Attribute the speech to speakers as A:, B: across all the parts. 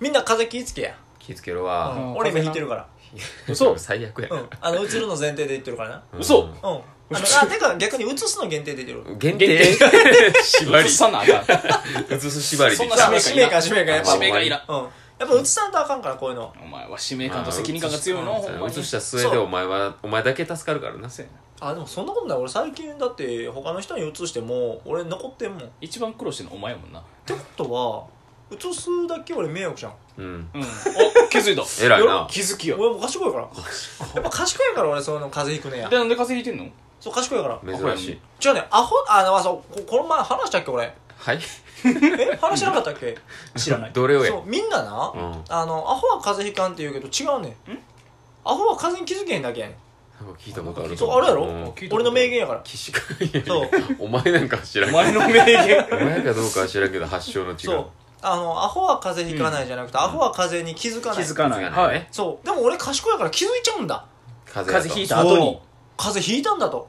A: みんな風気ぃつけや、
B: 気ぃつける
A: う
B: わ、
A: ん、俺今引いてるから
C: 嘘
B: 最悪や、
A: うんあの映るの前提で言ってるからな
C: 嘘
A: うんあのあてか逆に映すの限定で言ってる
B: うん限
C: 限
B: 定縛り
C: 映さなあかん
B: 映す縛りで
C: そんな
A: だから
C: 使
A: 使命
C: 命感
A: 感使命感やっぱ
C: 使命感いらん
A: うんやっぱ映さんとあかんからこういうの
C: お前は使命感と責任感が強いのほんま
B: 映
C: に
B: した末でお前はお前だけ助かるからな
C: そうやな
A: あでもそんなことない俺最近だって他の人に映しても俺残ってんもんっ
C: 一番苦労してるのお前やもんな
A: てことは映すだけ俺迷惑じゃん
B: うん
C: うんお気づいた
B: 偉いな
C: 気づきや
A: 俺もう賢い からやっぱ賢いから俺その風邪ひくねや
C: でなんで風邪ひいてんの
A: そう賢いから
B: 珍しい
A: 違うねアホあのまあそうここの前話したっけ俺
B: はい
A: え話しなかったっけ知らない
B: どれをや
A: そうみんなな、
B: うん
A: あのアホは風邪ひかんって言うけど違うねんアホは風邪に気づけへんだけやね
B: 聞いたことある
A: んそうあるやろ、
B: うん
C: 聞いたことある
A: 俺の名言やから
B: 岸君いやいや
A: そう
B: お前なんかは知ら
C: お
B: ん
C: 前の名言
B: お前かどうかは知らんけど発祥の違い
A: そうあのアホは風邪ひかないじゃなくて、アホは風邪に気づかない
C: か
B: 気づかな
C: はいい
B: ね
A: そうでも俺賢いから気づいちゃうんだ
B: 風邪
C: 風邪ひい
B: た
C: た後
A: そ
C: に
A: う風邪ひいたんだと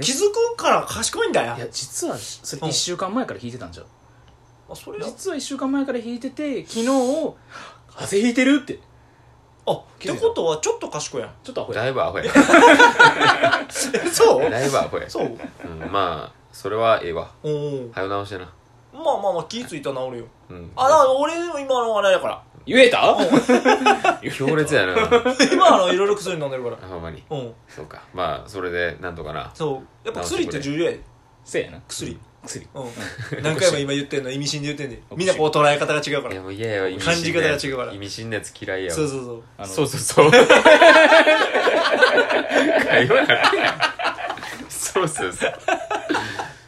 A: 気づくから賢いんだよ
C: いや実はそれ
A: うん
C: 1週間前から引いてたんじゃう
A: あそれは
C: 実は1週間前から引いてて昨日を風邪ひいてるって
A: あってことはちょっと賢いやん
C: ちょっとアホや
B: だいぶアホや
A: えそう
B: だいぶアホや
A: そう
B: うんまあそれはええわ
A: おお
B: はよ直してな
A: まあまあまあ気ぃついたら治るよ
B: うん
A: あだから俺の今のあれだから
C: 言えた
B: 強烈やな
A: 今あのいろいろ薬飲んでるか
B: ほんまに
A: らうん
B: そうかまあそれでなんとかな
A: そうやっぱ薬って重要やで
C: せやな
A: 薬
C: 薬
A: うん 何回も今言ってんの意味深で言ってんでみんなこう捉え方が違うか
B: い
A: ら
B: やもう嫌やわ意味
A: 感じ
B: 深
A: 方
B: な
A: が
B: やつ
A: 違うから
B: 意味深なやつ嫌いやわ
A: そうそうそう
C: あの
B: そうそうそう会話なってないそうそうそう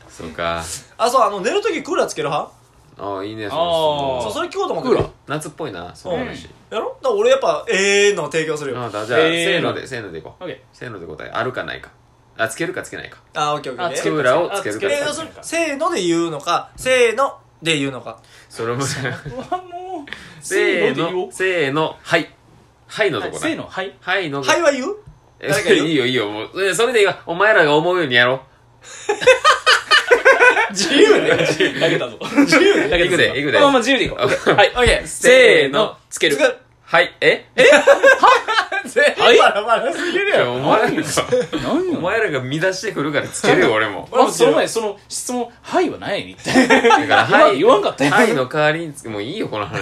B: そうか
A: あそうあの寝るときクーラーつける派
B: ああいいねそ
C: あー
A: そう
B: の
A: それ聞こうと思って
B: クーラー夏っぽいなその話
A: やろだから俺やっぱええの提供するよ
B: あ
A: あ
B: あだじゃあ
C: えー
B: せーのでせーのでいこう
C: オッケ
B: せーので答えあるかないかあつけるかつけないか
A: あオッケーオッケー
C: あ
A: え
C: つ
B: ク
C: け
B: ーラーをつけるか
C: あ
A: えー
C: つけ
A: 要
C: る
A: するにせーので言うのかせーので言うのか
B: それも
C: ーうわもう
B: せー
C: で言お
B: の
C: う
B: せーのはいはいのとこ
C: せー
B: だ
C: のはい
B: はいの
A: はいは言う
B: え
A: 誰が言う
B: いいよいいよもうえそれでいいわお前らが思うようにやろ
C: 自由で投げたぞ自由で投げたぞ
B: いくでいくで
C: まあまあ自由でいこうオッケーはい
A: オッケー
C: せーのつける
A: つける
B: はいえ
C: はい
A: バラバラすぎる
B: いやお前らが
C: 何
B: お前らが乱してくるからつけ るよ俺も
C: まずその前にその質問「はい」はないみたいな
B: だから
C: 今
B: はい
C: 言わんかったよ
B: はいの代わりにつけもういいよこの 話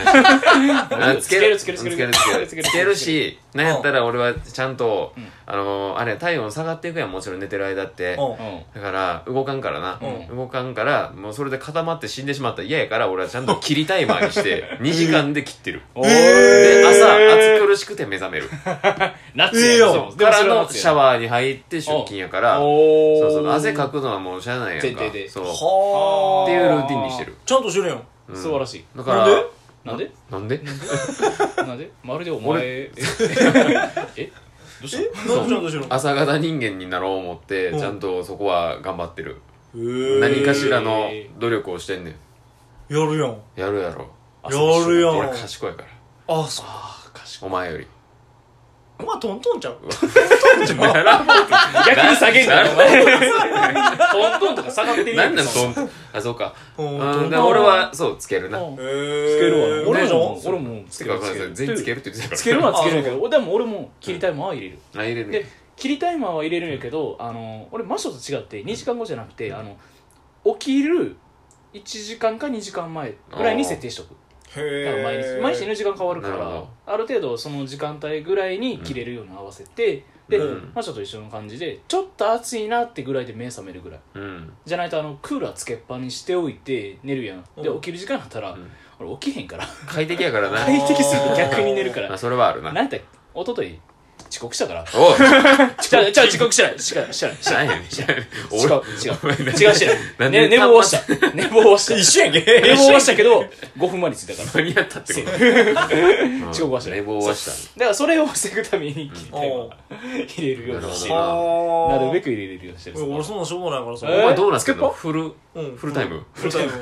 B: あ
C: つけるつけるつけ
B: つけ
C: る
B: るつけるつけるしなんやったら俺はちゃんと
C: うん
B: あのーあれ体温下がっていくやんもちろん寝てる間って
A: うん
C: うん
B: だから動かんからな、
C: う
B: 動かんからもうそれで固まって死んでしまったら嫌やから俺はちゃんと切りタイマーにして 2時間で切ってる
C: おー
B: で朝暑苦しくて目覚める
C: 夏
A: ええ
C: や
A: よ
C: そうで
B: か
C: もそ
B: ら
C: れは
B: の
C: 夏や
B: シャワーに入って出勤やからそ
C: おー
B: うそう汗かくのはもうしゃあないやんか
C: 前提で
B: そう
A: は
B: っていうルーティンにしてる、
A: あちゃんとしてるやん
B: うん
C: 素晴らしい
B: だから
A: なんで
C: なんで
B: なんで
C: なんでまるでお前え えどうし
A: え
C: た
A: なんでちゃんとしてるの
B: 朝方人間になろう思って
A: うん
B: ちゃんとそこは頑張ってる、
A: へえ
B: 何かしらの努力をしてんねん
A: やるやん
B: やるやろ
A: やるや
B: 俺
A: ん
B: 賢いから
A: あそう
B: お前より
A: お前トントンちゃう
C: 逆に下げんなよお前トントンとか下がってるや
B: なんなんと
C: ン
B: あそうか
A: うん
B: うん、
A: ト
B: で
A: ン
B: 俺はそうつけるな
A: へ
C: つ
A: ー
C: けるわ俺も
A: で
C: 俺もつ
B: つ
C: け
B: ける
C: る
B: わ
C: つける
B: 全員つけるって言ってたから
C: つけるのはつけるんやけ
A: あ
C: どでも俺も切りタイマーは入れる
B: あ入れる
C: で切りタイマーは入れるんやけどあの俺マショと違って2時間後じゃなくてあの起きる1時間か2時間前ぐらいに設定しとくだから毎
A: へ
C: 日
A: え
C: 毎日寝る時間変わるか
B: なるほ
C: ら
B: ど
C: ある程度その時間帯ぐらいに切れるように合わせてで
B: うん
C: マショと一緒の感じでちょっと暑いなってぐらいで目覚めるぐらい
B: うん
C: じゃないとあのクーラーつけっぱにしておいて寝るやんで
A: うん
C: 起きる時間になったら
B: ん
C: 俺起きへんから
B: 快適やからな
C: 快適すぎて逆に寝るか
B: まあ
C: ら
B: それはある
C: なん
B: な
C: やったら一昨日遅刻したから
B: おう
C: じゃあじゃあ遅刻してないしかしてないしてない
B: 何やねん
C: 違う
B: 俺
C: 違う
B: お前何
C: 違うしてな
B: ないんで
C: ね寝坊はした寝坊はした
A: 一緒やんけ
C: 寝坊はしたけど5分前に着いたから
B: 間に合ったってことうん
C: 遅刻はしてない
B: 寝坊はし
C: だからそれを防ぐために切りたい
A: おう
C: わ入れるようにしてる
B: なる
A: は
C: な
A: あ
C: るべく入れれるようにしてる
A: 俺俺そんなんしょうもないからさ
C: え
B: た
C: ー
B: お前どうなんす
C: つ
B: か
C: けっぱ
B: フル
A: うん
B: フルタイム
A: フルタイム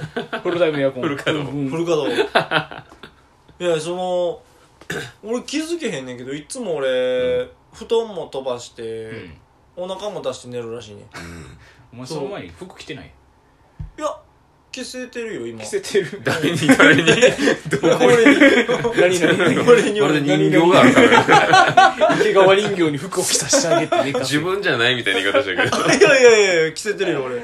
C: フルタイムエアコン
B: フル稼働
C: うん
A: フル稼働 いやその 俺気づけへんねんけどいつも俺、布団も飛ばして、
C: うん
A: お腹も出して寝るらしいね
C: お前その前に服着てない
A: いや着せてるよ今
C: 着せてる
B: 誰に誰にどこに
A: 俺
C: 何々
A: 俺に
B: まるで人
A: 何
B: 形があるからね
C: 池川人形に服を着させてあげてね
B: 自分じゃないみたいな言い方したけど
A: 々いやいやいや着せてるよ俺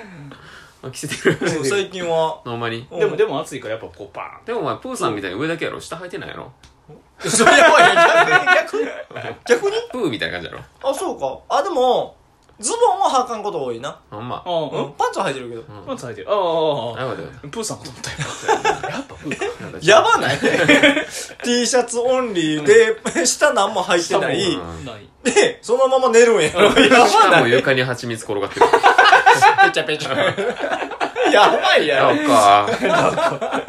B: あ着せてる
A: うん最近は
B: ほんまに
C: でもで
A: も
C: も暑いからやっぱこうバ
B: でもお前プーさんみたいに上だけやろ下履いてないやろ
A: それは逆に 逆に逆に
B: プーみたいな感じやろ
A: あそうかあでもズボンは履かんこと多いな
B: ほんま
C: ーン
A: う
C: あ
A: んパンツは履いてるけど
B: うん
C: パンツ履いてるあああああ
B: あよかったよ
C: プーさんかと思ったよ やっぱプー
B: なんか
A: やばない T シャツオンリーで下何も履いてない
B: うん
C: かない
A: でそのまま寝るんやろや
B: し
A: ば
B: かも
A: ない
B: 床に蜂蜜転がってる。
A: ペチャペチャ やばいや
B: な
A: ろ
B: んか、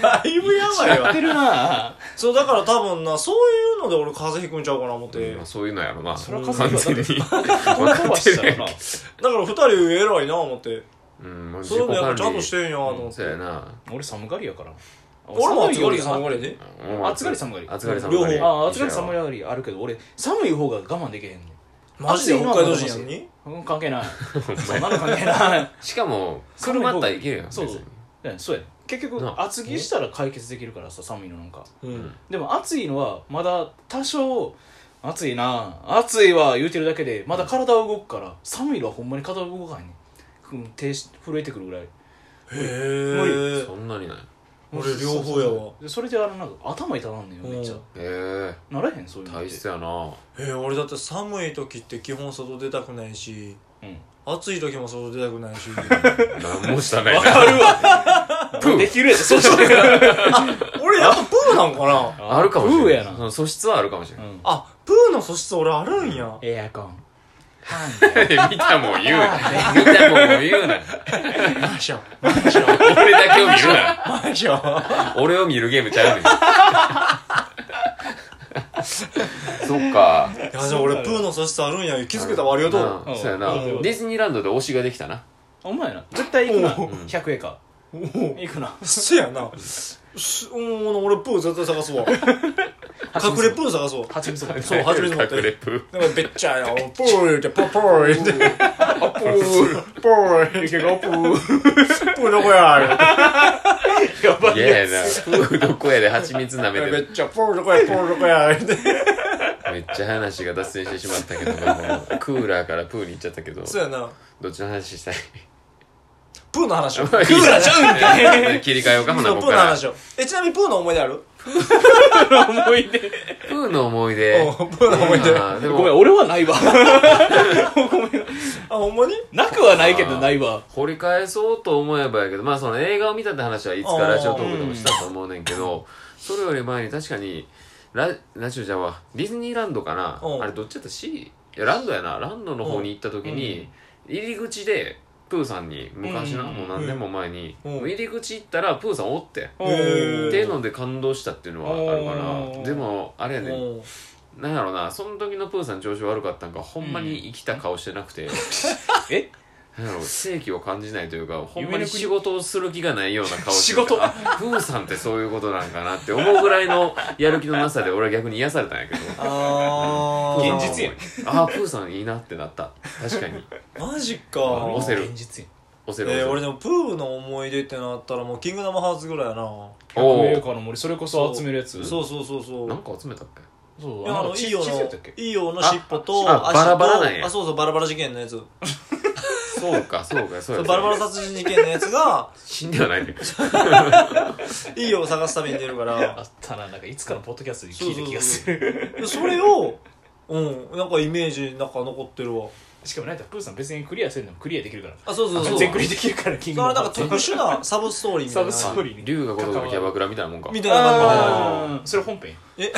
A: だいぶやばい
C: やっ
A: わ
C: てるなぁ
A: そうだから多分なそういうので俺風邪ひくんちゃうかな思って、
B: まあそういうのやろな。
C: それは風邪
B: 完
C: ひ
B: 全に。
C: こんな飛ばしたら
A: だ
C: な
A: から二人偉いな思って
B: うん、もう
A: そういうのやっぱちゃんとし
B: る
A: てんやと思って、
B: そうやな。
C: 俺寒がりやから
A: 俺も暑がり
C: 寒
A: 寒がりやで
B: もう
C: 暑がり寒がり
B: 暑がり寒がり。
A: 両
C: ああ暑がり寒がりあるけど俺寒い方が我慢できへんね
A: マジで北海道人やのに
C: んうん関 係ないそんなの関係ない
B: しかも、車あったらいけるやん。
C: そう
B: 別に
C: ねそうやね結局
B: な
C: 厚着したら解決できるからさ寒いのなんか
A: うん
C: でも暑いのはまだ多少暑いな暑いわ言うてるだけでまだ体は動くから寒いのはほんまに体は動かへんねんうん手し震えてくるぐらい
A: へえ
B: そんなにない。
A: 俺両方やわ
C: でそれであのなんか頭痛なんねんよめっちゃ
A: うん
B: え
C: ならへんそうい
B: え、
C: うの
B: 大
C: って
B: 切やな。
A: えー、俺だって寒い時って基本外出たくないし
C: うん
A: 暑い時も外出たくないし
B: 何もしたない
C: わ
B: な。
C: かるわできるやつそうしてる
A: 俺やっぱプーなんかな
B: あるかもし
C: う
B: れ
C: や
B: ない。
C: な
B: その素質はあるかもしれない。
A: あプーの素質俺あるんや
C: エアコンハン
B: 見たもん言うな。見たもん言うな。
A: マション
B: 俺だけを見るな。
A: マ ション
B: 俺を見るゲームちゃうねん。 そっか。
A: いやでも俺プーの素質あるんや気づけたわありがとう
B: うんそうやな
A: う
B: デ
A: ん
B: ィズニーランドで推しができたな
C: お前な絶対行くな
A: お
C: 100円か
A: おお
C: 行くな
A: せやなすうん俺プー絶対探 すわ隠れプー探すわ
C: 蜂蜜も
A: そう初めて持って
B: 隠れプ
A: でもべっちゃやプー言うてポーポー言うて
C: アップー
A: ポー 言うて
C: 池がアップー
A: プーどこや言うて
C: やば
B: ーいややなフードコやで蜂蜜舐めて
A: め
B: る
A: っちゃポーどこやポーどこや言うて
B: めっちゃ話が脱線してしまったけどまあ クーラーからプーに行っちゃったけど
A: そうやな
B: どっちの話したい
A: プーの 話を
B: クーラーちゃうんか切り替えようかほな
A: そう
B: こ
A: プ
B: こ
A: ー
B: か
A: の
B: ら
A: 話をえちなみにプーの思い出ある
C: 思い出
B: プーの思い出
A: おうプーの思い出
B: あーで
C: ごめん
B: も
C: 俺はないわごめん
A: あほんまに
C: なくはないけどないわ
B: 掘り返そうと思えばやけどまあその映画を見たって話はいつかラジオトークでもしたと思うねんけどそれより前に確かにララジオじゃはディズニーランドかな
A: うん
B: あれどっちやった C? いやランドやなランドの方に行った時に入り口でプーさんに昔な
C: うん
B: もう何年も前に
A: うん
B: もう入り口行ったらプーさんおって
A: へー
B: っ
C: お
B: てい
C: ー
B: うので感動したっていうのはあるか
C: う
B: ら
C: ん
B: でもあれやねん
A: うん
B: なんやろなその時のプーさん調子悪かったんかほんまに生きた顔してなくて、
C: え
B: なんやろ正気を感じないというかほんま
C: 夢の
B: に
C: 国
B: 仕事をする気がないような顔して
C: 仕事
B: あプーさんってそういうことなんかなって思うぐらいのやる気のなさで俺は逆に癒されたんやけど
A: あー
C: 現実やん
B: ああプーさんいいなってなった確かに
A: マジ
B: あ
A: か
B: 押せる
C: 現実や
B: オセロ、
A: えー、
B: オ
A: 俺
B: セロ
A: でもプーの思い出ってなったらもうキングダムハーツぐらいやな
B: お
C: 名
B: ー
C: 誉の森それこそ集めるやつ
A: そうそうそうそう
B: なんか集めたっけ
C: そう
A: いやあのイ
C: ち
A: オ
C: ちっちゃいやつやっ
A: の
C: け
A: イオの尻尾と
B: ああ
A: 足と
B: バラバラなんや
A: あそうそうバラバラ事件のやつそう
B: そうかそうかそうや
A: バラバラ殺人事件のやつが
B: 死んではないね
A: イオを探すために出るか
C: あ
A: ら
C: ったななんかいつかのポッドキャストで聞いた気がする
A: でそれをうんなんかイメージなんか残ってるわ
C: しかもなんかプーさん別にクリアせんでもクリアできるから
A: あそうそうそう
C: 全クリできるからキング
A: そ
C: ダ
A: れな
C: ム
A: んか特殊なサブストーリーみたいな
C: サブストーリー
B: 龍が如くのキャバクラみたいなもんか
A: みたいな感
C: あーそれ本編
A: え
C: え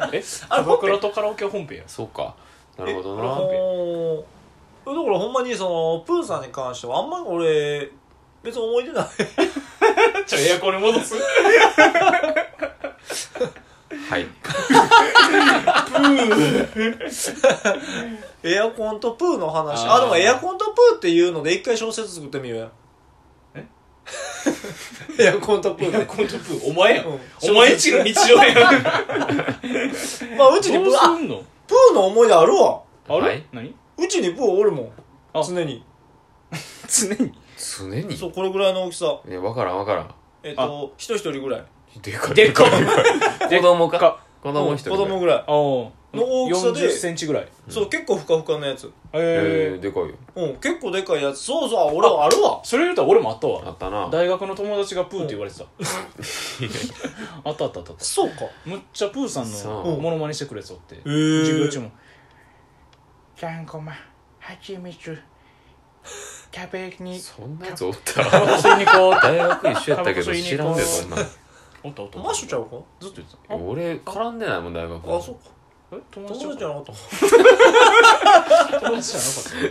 A: あれ
C: あ
A: 本編
C: 僕らとカラオケは本編や
B: そうかな
A: じ
B: るほど
A: えあ
B: な
A: のーだからほんまにそのプーさんに関してはあんま俺別に思い出 ない
C: じ ゃあエアコンに戻す
B: はい
A: エアコンとプーの話
C: あー
A: あでもエアコンとプーっていうので一回小説作ってみようや
C: え
A: エアコンとプー
C: エ
A: で
C: アコンとプーお前やん
A: うん
C: お前んちの日常やんど
A: まあう ちにプ
C: う
A: ーあ
C: すんの
A: プーの思い出あるわ
C: あ
B: は
C: れ
B: い
C: 何
A: うちにプーおるもん
C: あ
A: 常に
C: 常に
B: 常に
A: そうこれぐらいの大きさ
B: いや分からん分からん
A: えっと人一人ぐらい
B: でかい
C: でっ かい
B: い子供か子供一人
A: うん子
B: ぐらい
A: 供ぐらい
C: の
A: の大きさで
C: 4 0ンチぐらい
A: そう結構ふかふかのやつ
B: え
C: え
B: ー
C: え
B: でかいよ
A: うん結構でかいやつそうそうあ俺はあるわ
C: それ言うたら俺もあった
B: あ
C: わ
B: ったな
C: 大学の友達がプーって言われてたあったあったあったあった
A: そうか
C: むっちゃプーさん
B: そ
C: の
A: う
C: モノマネしてくるやつおって
A: え
C: 授業中
A: ー
C: も「ちゃんこまはちみつ壁に
B: そんなやつおった
C: タバコ吸いに行こう」って
B: 大学一緒やったけど知らんでそんなん
C: おったおった
A: マッシュちゃうか
C: ずっと言ってた
B: 俺絡んでないもん大学
A: あそうか
C: え友達
A: 友達
C: じ
A: じ
C: ゃ
A: ゃ
C: な
A: なかった
C: 友達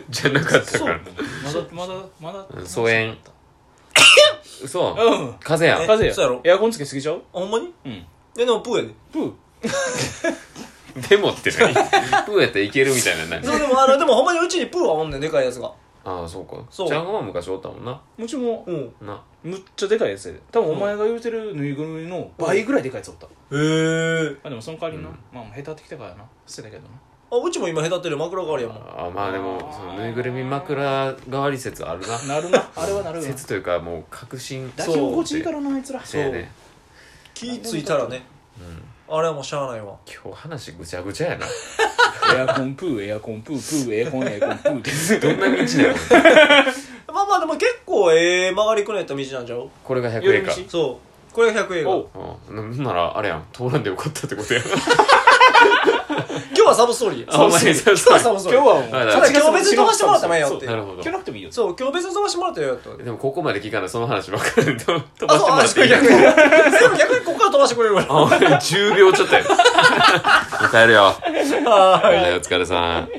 C: じゃなか
B: じゃなか
C: っ
B: った
A: そ
B: か
A: う
B: ら
C: たまだまだまだ
B: うん疎遠嘘
C: うん
B: 風邪やん
C: 風邪や
A: そうやろ
C: エアコンつけすぎちゃう
A: あほんまに
C: うん
A: えでもプーやで
C: プー
B: でもって何プーやったらいけるみたいなの
A: そう
B: 何
A: でもあれでもほんま にうちにプーはおんねんでかいやつが
B: ああそうか
A: そう
B: ちゃんがま昔おったもんな
C: うちも
A: うん
B: な
C: むっちゃでかいやつやで多分お前が言うてるぬいぐるみの倍ぐらいでかいやつおった
A: へえ
C: あでもその代わりな、
B: うん
C: まあもう下手ってきたからな捨てたけどな
A: あうちも今隔てる枕代わりやもん
B: あまあでもそのぬいぐるみ枕代わり説あるな
C: なるなあれはなるな
B: 説というかもう確信
C: 抱き心地いいからなあいつら
B: そうやね
A: 気ついたらねあれはもうしゃあないわ
B: 今日話ぐちゃぐちゃやな
C: エアコンプーエアコンプープーエアコンエアコンプーって
B: どんな道だよ
A: まあまあでも結構ええ曲がりくねった道なんちゃう
B: これが100円か
C: 寄り
A: そうこれが100映画
C: おう
B: うんなならあれやん通らんでよかったってこ とやん
A: 今日はサブストーリー
B: あお前
A: サブストーリー今日はサブストーリー
C: 今日はもう
B: あ
A: だから今日別に飛ばしてもらってもええよって
C: そう
B: なるほど
C: 今日なくてもいいよ
A: そう今日別に飛ばしてもらってよった
B: でもここまで聞かないその話ばっかりで飛ばしても
A: あそう
B: ら
A: あ
B: っ
A: そ
B: て
A: う
B: い い
A: 逆にでも逆にここから飛ばしてくれるから
B: あ10秒ちょっとや帰るよ
A: はーい
B: はいお疲れさん